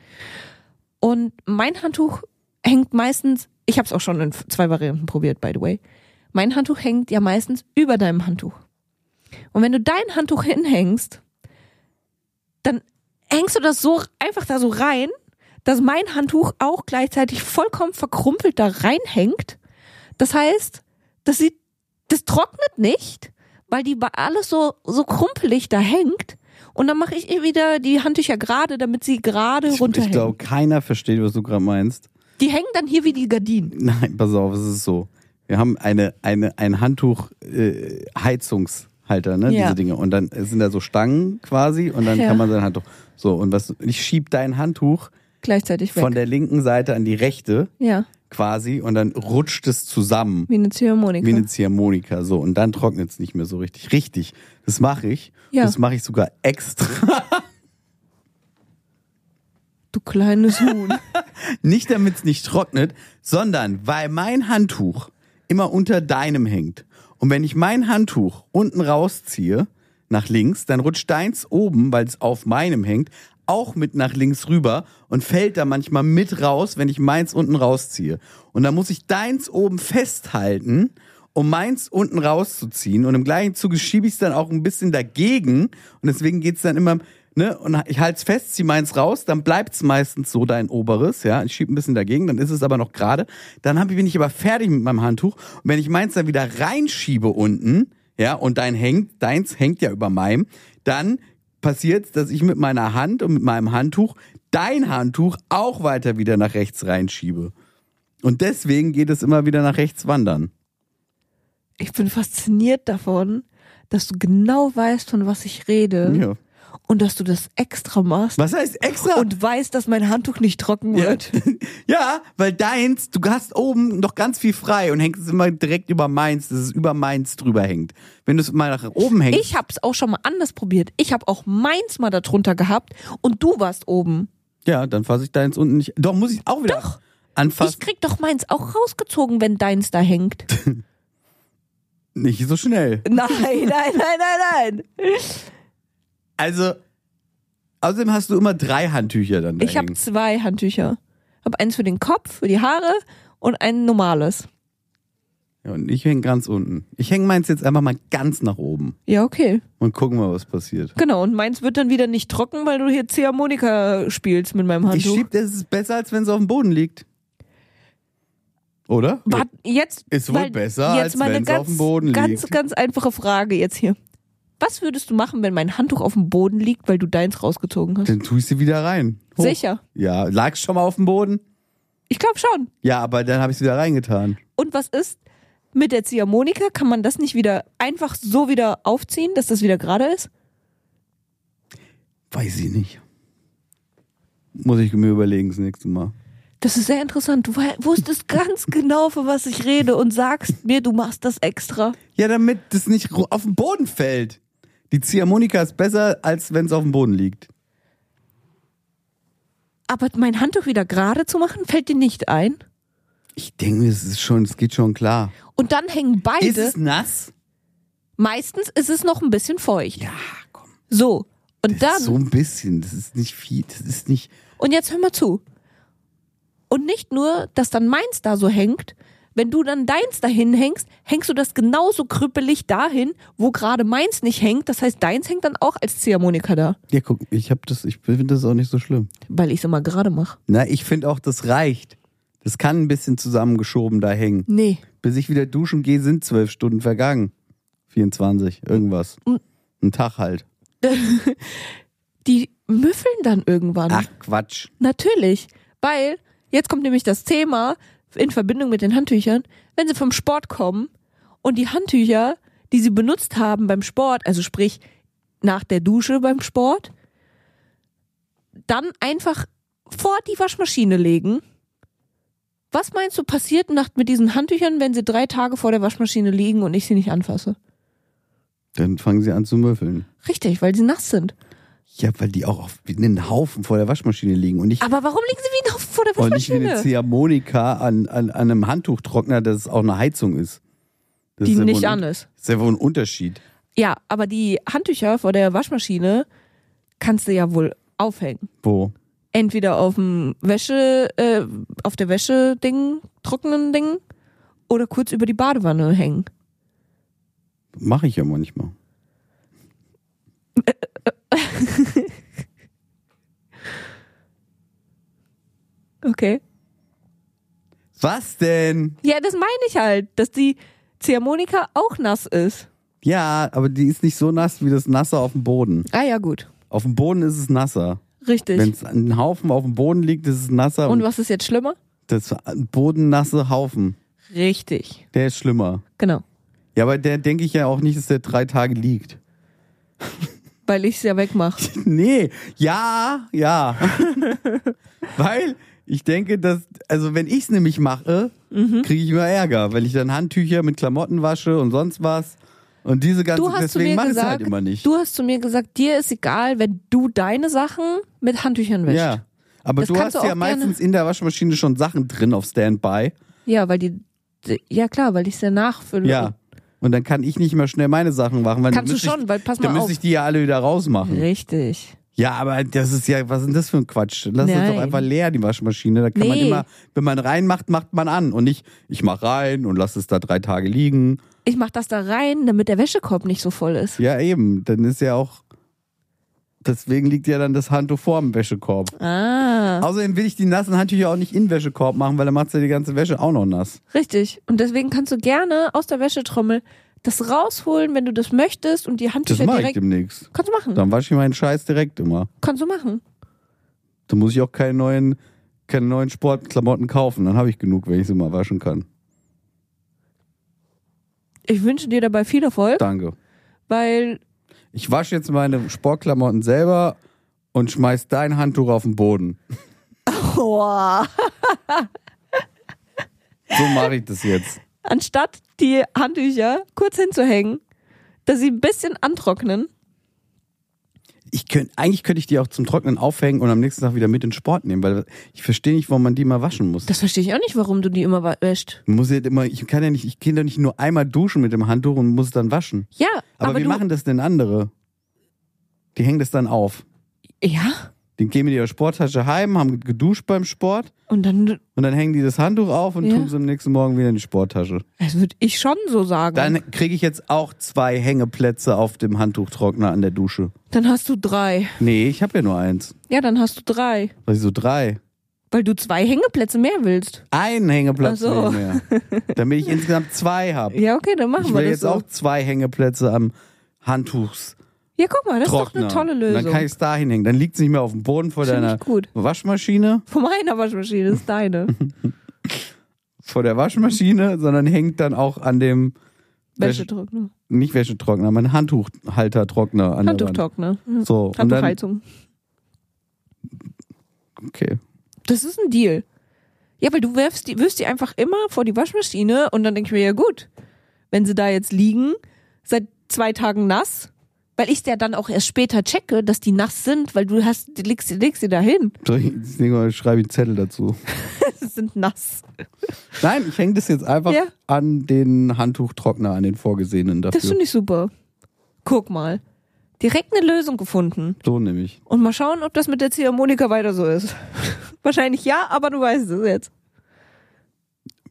A: Und mein Handtuch hängt meistens, ich habe es auch schon in zwei Varianten probiert, by the way. Mein Handtuch hängt ja meistens über deinem Handtuch. Und wenn du dein Handtuch hinhängst, dann hängst du das so einfach da so rein, dass mein Handtuch auch gleichzeitig vollkommen verkrumpelt da reinhängt. Das heißt, das sieht, das trocknet nicht, weil die ba- alles so, so krumpelig da hängt. Und dann mache ich ihr wieder die Handtücher gerade, damit sie gerade
B: Ich,
A: runterhängen.
B: ich glaube, keiner versteht, was du gerade meinst.
A: Die hängen dann hier wie die Gardinen.
B: Nein, pass auf, es ist so. Wir haben eine, eine, ein Handtuch, äh, Heizungshalter, ne,
A: Ja.
B: diese Dinge. Und dann sind da so Stangen quasi und dann
A: Ja.
B: kann man sein Handtuch. So, und was, ich schieb dein Handtuch
A: Gleichzeitig weg.
B: von der linken Seite an die rechte
A: ja,
B: quasi und dann rutscht es zusammen.
A: wie eine Ziehharmonika.
B: Wie eine Ziehharmonika, so. Und dann trocknet es nicht mehr so richtig. Richtig. Das mache ich.
A: Ja.
B: Das mache ich sogar extra.
A: du kleines Huhn.
B: Nicht damit es nicht trocknet, sondern weil mein Handtuch immer unter deinem hängt. Und wenn ich mein Handtuch unten rausziehe, nach links, dann rutscht deins oben, weil es auf meinem hängt, auch mit nach links rüber und fällt da manchmal mit raus, wenn ich meins unten rausziehe. Und dann muss ich deins oben festhalten, um meins unten rauszuziehen. Und im gleichen Zuge schiebe ich es dann auch ein bisschen dagegen. Und deswegen geht's dann immer, ne, und ich halte es fest, zieh meins raus, dann bleibt's meistens so dein oberes, ja. Ich schiebe ein bisschen dagegen, dann ist es aber noch gerade. Dann hab, ich- bin ich aber fertig mit meinem Handtuch. Und wenn ich meins dann wieder reinschiebe unten, ja, und dein hängt, deins hängt ja über meinem, dann passiert, dass ich mit meiner Hand und mit meinem Handtuch dein Handtuch auch weiter wieder nach rechts reinschiebe. Und deswegen geht es immer wieder nach rechts wandern.
A: Ich bin fasziniert davon, dass du genau weißt, von was ich rede.
B: Ja.
A: Und dass du das extra machst.
B: Was heißt extra?
A: Und weißt, dass mein Handtuch nicht trocken
B: ja.
A: wird.
B: <laughs> ja, weil deins, du hast oben noch ganz viel frei und hängst es immer direkt über meins, dass es über meins drüber hängt. Wenn du es mal nach oben hängst,
A: Ich hab's auch schon mal anders probiert. Ich hab auch meins mal darunter gehabt und du warst oben.
B: ja, dann fasse ich deins unten nicht. Doch, muss ich auch wieder
A: Doch.
B: anfassen.
A: Ich krieg doch meins auch rausgezogen, wenn deins da
B: <laughs>
A: hängt.
B: Nicht so schnell.
A: Nein, nein, nein, nein, nein.
B: Also, außerdem hast du immer drei Handtücher dann da
A: Ich habe
B: hängen.
A: zwei Handtücher. Hab eins für den Kopf, für die Haare und ein normales.
B: Ja, und ich hänge ganz unten. Ich hänge meins jetzt einfach mal ganz nach oben
A: Ja, okay.
B: und gucken mal, was passiert.
A: Genau, und meins wird dann wieder nicht trocken, weil du hier Ziehharmonika spielst mit meinem
B: Ich
A: Handtuch.
B: schieb, das ist besser, als wenn es auf dem Boden liegt. Oder?
A: Wart, jetzt,
B: Äh, Ist wohl
A: weil-
B: besser,
A: jetzt
B: als
A: mal eine
B: wenn's
A: ganz,
B: auf dem Boden
A: ganz,
B: liegt.
A: Ganz, einfache Frage jetzt hier. Was würdest du machen, wenn mein Handtuch auf dem Boden liegt, weil du deins rausgezogen hast?
B: Dann tue ich sie wieder rein. Hoch.
A: Sicher.
B: Ja, lag's schon mal auf dem Boden?
A: Ich glaube schon.
B: Ja, aber dann habe ich es wieder reingetan.
A: Und was ist mit der Ziehharmonika? Kann man das nicht wieder einfach so wieder aufziehen, dass das wieder gerade ist?
B: Weiß ich nicht. Muss ich mir überlegen das nächste Mal.
A: Das ist sehr interessant. Du wei-
B: <laughs>
A: wusstest ganz genau, von was ich rede und sagst mir, du machst das extra.
B: Ja, damit das nicht ru- auf den Boden fällt. Die Ziehharmonika ist besser, als wenn es auf dem Boden liegt.
A: Aber mein Handtuch wieder gerade zu machen, fällt dir nicht ein.
B: Ich denke mir, es ist schon, es geht schon klar.
A: Und dann hängen beide.
B: Ist es nass?
A: Meistens ist es noch ein bisschen feucht.
B: Ja, komm.
A: So. Und
B: Das
A: dann.
B: ist so ein bisschen, das ist nicht viel, das ist nicht.
A: Und jetzt hör mal zu. Und nicht nur, dass dann meins da so hängt, wenn du dann deins dahin hängst, hängst du das genauso krüppelig dahin, wo gerade meins nicht hängt. Das heißt, deins hängt dann auch als Ziehharmonika da,
B: Ja, guck, ich habe das, ich finde das auch nicht so schlimm.
A: weil ich es immer gerade mache.
B: Na, ich finde auch, das reicht. Das kann ein bisschen zusammengeschoben da hängen.
A: Nee.
B: Bis ich wieder duschen gehe, sind zwölf Stunden vergangen. 24, irgendwas. Ein Tag halt.
A: Die müffeln dann irgendwann.
B: Ach, Quatsch.
A: Natürlich, weil jetzt kommt nämlich das Thema in Verbindung mit den Handtüchern, wenn sie vom Sport kommen und die Handtücher, die sie benutzt haben beim Sport, also sprich nach der Dusche beim Sport, dann einfach vor die Waschmaschine legen. Was meinst du passiert nach, mit diesen Handtüchern, wenn sie drei Tage vor der Waschmaschine liegen und ich sie nicht anfasse?
B: Dann fangen sie an zu müffeln.
A: Richtig, weil sie nass sind.
B: Ja, weil die auch auf, wie einen Haufen vor der Waschmaschine liegen und nicht,
A: Aber warum liegen sie wie ein Haufen vor der
B: und nicht wie eine
A: Waschmaschine?
B: Ziehharmonika an, an, an einem Handtuchtrockner, dass es auch eine Heizung ist. Das
A: Die
B: ja wohl
A: nicht
B: ein-
A: an ist.
B: Das ist ja wohl ein Unterschied.
A: Ja, aber die Handtücher vor der Waschmaschine kannst du ja wohl aufhängen.
B: Wo?
A: Entweder auf dem Wäsche, äh, auf der Wäsche-Ding, trockenen Ding, oder kurz über die Badewanne hängen.
B: Mache ich ja manchmal.
A: Okay.
B: Was denn?
A: Ja, das meine ich halt, dass die Ziehharmonika auch nass ist.
B: Ja, aber die ist nicht so nass wie das Nasser auf dem Boden.
A: Ah ja, gut.
B: Auf dem Boden ist es nasser.
A: Richtig.
B: Wenn es ein Haufen auf dem Boden liegt, ist es nasser.
A: Und was ist jetzt schlimmer?
B: Das bodennasse Haufen,
A: Richtig.
B: der ist schlimmer.
A: Genau.
B: Ja, aber der denke ich ja auch nicht, dass der drei Tage liegt. <laughs>
A: Weil ich es ja wegmache.
B: Nee, ja, ja. <laughs> weil ich denke, dass, also wenn ich es nämlich mache,
A: Mhm.
B: kriege ich immer Ärger, weil ich dann Handtücher mit Klamotten wasche und sonst was. Und diese ganze,
A: Du hast zu
B: deswegen
A: mir
B: mache ich es
A: gesagt,
B: halt immer nicht.
A: du hast zu mir gesagt, dir ist egal, wenn du deine Sachen mit Handtüchern wäschst.
B: ja. Aber
A: Das
B: du hast
A: kannst du
B: ja
A: auch gerne-
B: meistens in der Waschmaschine schon Sachen drin auf Standby.
A: Ja, weil die, die- ja klar, weil ich es ja nachfülle.
B: Ja. Und dann kann ich nicht mehr schnell meine Sachen machen. Weil dann
A: Mhm. Kannst du
B: müsste
A: schon,
B: ich,
A: weil pass
B: Dann
A: mal auf.
B: müsste ich die ja alle wieder rausmachen.
A: Richtig.
B: Ja, aber das ist ja, was ist denn das für ein Quatsch? Lass das
A: Nein.
B: doch einfach leer, die Waschmaschine. Da kann man
A: Nee.
B: immer, wenn man reinmacht, macht man an. Und nicht, ich mach rein und lass es da drei Tage liegen.
A: Ich mach das da rein, damit der Wäschekorb nicht so voll ist.
B: Ja, eben. Dann ist ja auch, deswegen liegt ja dann das Handtuch vor dem Wäschekorb.
A: Ah,
B: Außerdem will ich die nassen Handtücher auch nicht in den Wäschekorb machen, weil dann macht's ja die ganze Wäsche auch noch nass.
A: richtig. Und deswegen kannst du gerne aus der Wäschetrommel das rausholen, wenn du das möchtest und die
B: Das
A: Handtücher
B: mache ich
A: direkt.
B: demnächst.
A: Kannst du machen.
B: Dann wasche ich meinen Scheiß direkt immer.
A: Kannst du machen.
B: Dann muss ich auch keine neuen, keine neuen Sportklamotten kaufen. Dann habe ich genug, wenn ich sie mal waschen kann.
A: Ich wünsche dir dabei viel Erfolg,
B: Danke.
A: weil
B: Ich wasche jetzt meine Sportklamotten selber und schmeiß dein Handtuch auf den Boden.
A: boah, <laughs>
B: So mache ich das jetzt.
A: anstatt die Handtücher kurz hinzuhängen, dass sie ein bisschen antrocknen.
B: Ich könnt, eigentlich könnte ich die auch zum Trocknen aufhängen und am nächsten Tag wieder mit in den Sport nehmen, weil ich verstehe nicht, warum man die mal waschen muss.
A: Das verstehe ich auch nicht, warum du die immer wa- wäschst.
B: Man muss ja immer, ich kann ja nicht, ich kann doch nicht nur einmal duschen mit dem Handtuch und muss dann waschen.
A: Ja,
B: Aber,
A: aber,
B: wie
A: du,
B: machen das denn andere? Die hängen das dann auf.
A: ja
B: Die gehen mit ihrer Sporttasche heim, haben geduscht beim Sport
A: und dann,
B: und dann hängen die das Handtuch auf und
A: Ja.
B: tun es am nächsten Morgen wieder in die Sporttasche.
A: das würde ich schon so sagen.
B: Dann kriege ich jetzt auch zwei Hängeplätze auf dem Handtuchtrockner an der Dusche.
A: Dann hast du drei.
B: Nee, ich habe ja nur eins.
A: Ja, dann hast du drei,
B: Also so drei.
A: weil du zwei Hängeplätze mehr willst.
B: Einen Hängeplatz
A: Ach so.
B: mehr. Damit ich insgesamt zwei habe.
A: Ja, okay, dann machen
B: ich
A: wir
B: will
A: das
B: jetzt
A: so.
B: auch zwei Hängeplätze am Handtuchstrockner.
A: ja, guck mal, das ist doch eine tolle Lösung.
B: Dann kann ich es da hinhängen. Dann liegt es nicht mehr auf dem Boden vor
A: Finde
B: deiner
A: ich gut.
B: Waschmaschine,
A: Von meiner Waschmaschine ist
B: <laughs>
A: deine.
B: vor der Waschmaschine, sondern hängt dann auch an dem
A: Wäschetrockner.
B: nicht Wäschetrockner, mein Handtuchhaltertrockner an
A: Handtuchtrockner.
B: der Wand. So, und dann,
A: Handtuchheizung.
B: okay.
A: Das ist ein Deal. Ja, weil du wirfst die, wirfst die einfach immer vor die Waschmaschine und dann denke ich mir, ja gut, wenn sie da jetzt liegen, seit zwei Tagen nass, weil ich ja dann auch erst später checke, dass die nass sind, weil du hast, die legst, die legst sie da hin.
B: Soll ich- jetzt nehmen wir- Schreibe ich einen Zettel dazu.
A: <laughs> Sie sind nass.
B: Nein, ich hänge das jetzt einfach
A: Ja.
B: an den Handtuchtrockner, an den vorgesehenen dafür.
A: Das finde ich super. Guck mal. Direkt eine Lösung gefunden.
B: so nämlich.
A: Und mal schauen, ob das mit der Ziehharmonika weiter so ist. <laughs> Wahrscheinlich ja, aber du weißt es jetzt.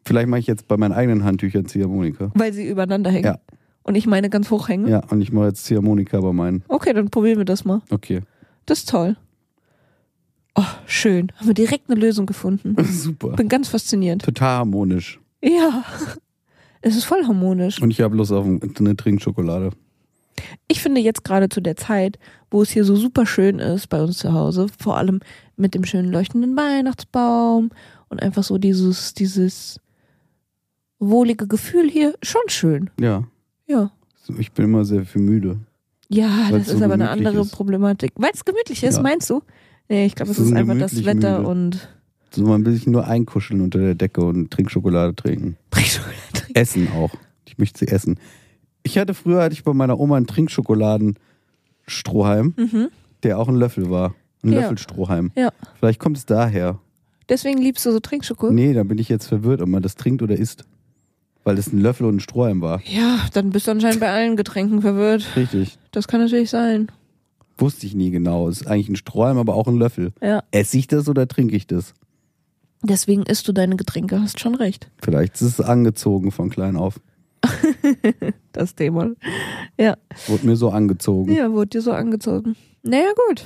B: Vielleicht mache ich jetzt bei meinen eigenen Handtüchern Ziehharmonika.
A: Weil sie übereinander hängen.
B: Ja.
A: Und ich meine ganz hoch hängen.
B: Ja, und ich mache jetzt Ziehharmonika bei meinen.
A: Okay, dann probieren wir das mal.
B: Okay. <laughs>
A: Das ist toll. Oh, schön. Haben wir direkt eine Lösung gefunden.
B: <laughs> Super.
A: Bin ganz fasziniert.
B: Total harmonisch.
A: Ja. <laughs> Es ist voll harmonisch.
B: Und ich habe Lust auf eine Trinkschokolade.
A: Ich finde jetzt gerade zu der Zeit, wo es hier so super schön ist bei uns zu Hause, vor allem mit dem schönen leuchtenden Weihnachtsbaum und einfach so dieses, dieses wohlige Gefühl hier, schon schön.
B: Ja.
A: Ja.
B: Ich bin immer sehr viel müde.
A: Ja,
B: Weil's
A: das
B: so
A: ist aber eine
B: gemütlich
A: andere
B: ist.
A: Problematik. Weil es gemütlich ist,
B: Ja.
A: meinst du? Nee, ich glaube,
B: Es
A: es
B: ist
A: ist
B: ein
A: einfach das
B: gemütlich
A: Wetter
B: müde.
A: und <laughs>
B: So man will sich nur einkuscheln unter der Decke und Trinkschokolade trinken. Essen auch. Ich möchte sie essen. Ich hatte früher, hatte ich bei meiner Oma einen Trinkschokoladen-Strohhalm.
A: Mhm.
B: der auch ein Löffel war. Ein
A: Ja.
B: Löffelstrohhalm.
A: Ja.
B: Vielleicht kommt es daher.
A: Deswegen liebst du so Trinkschoko?
B: Nee, da bin ich jetzt verwirrt, ob man das trinkt oder isst. Weil das ein Löffel und ein Strohhalm war.
A: Ja, dann bist du anscheinend bei allen Getränken verwirrt.
B: Richtig.
A: Das kann natürlich sein.
B: Wusste ich nie genau. Ist eigentlich ein Strohhalm, aber auch ein Löffel.
A: Ja.
B: Esse ich das oder trinke ich das?
A: Deswegen isst du deine Getränke, hast schon recht.
B: Vielleicht ist es angezogen von klein auf.
A: Das Thema. Ja.
B: Wurde mir so angezogen.
A: Ja, wurde dir so angezogen. Naja, gut.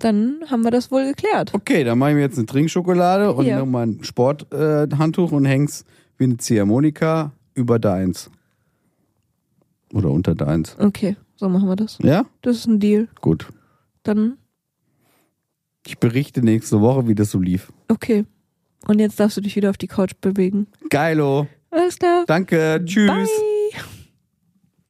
A: Dann haben wir das wohl geklärt.
B: Okay, dann mache ich mir jetzt eine Trinkschokolade und
A: Ja.
B: noch mal ein Sporthandtuch äh, Handtuch und häng's wie eine Ziehharmonika über deins. Oder unter deins.
A: Okay, so machen wir das.
B: Ja?
A: Das ist ein Deal.
B: Gut.
A: Dann,
B: Ich berichte nächste Woche, wie das so lief.
A: okay. Und jetzt darfst du dich wieder auf die Couch bewegen.
B: Geilo.
A: Alles klar.
B: Danke. Tschüss.
A: Bye.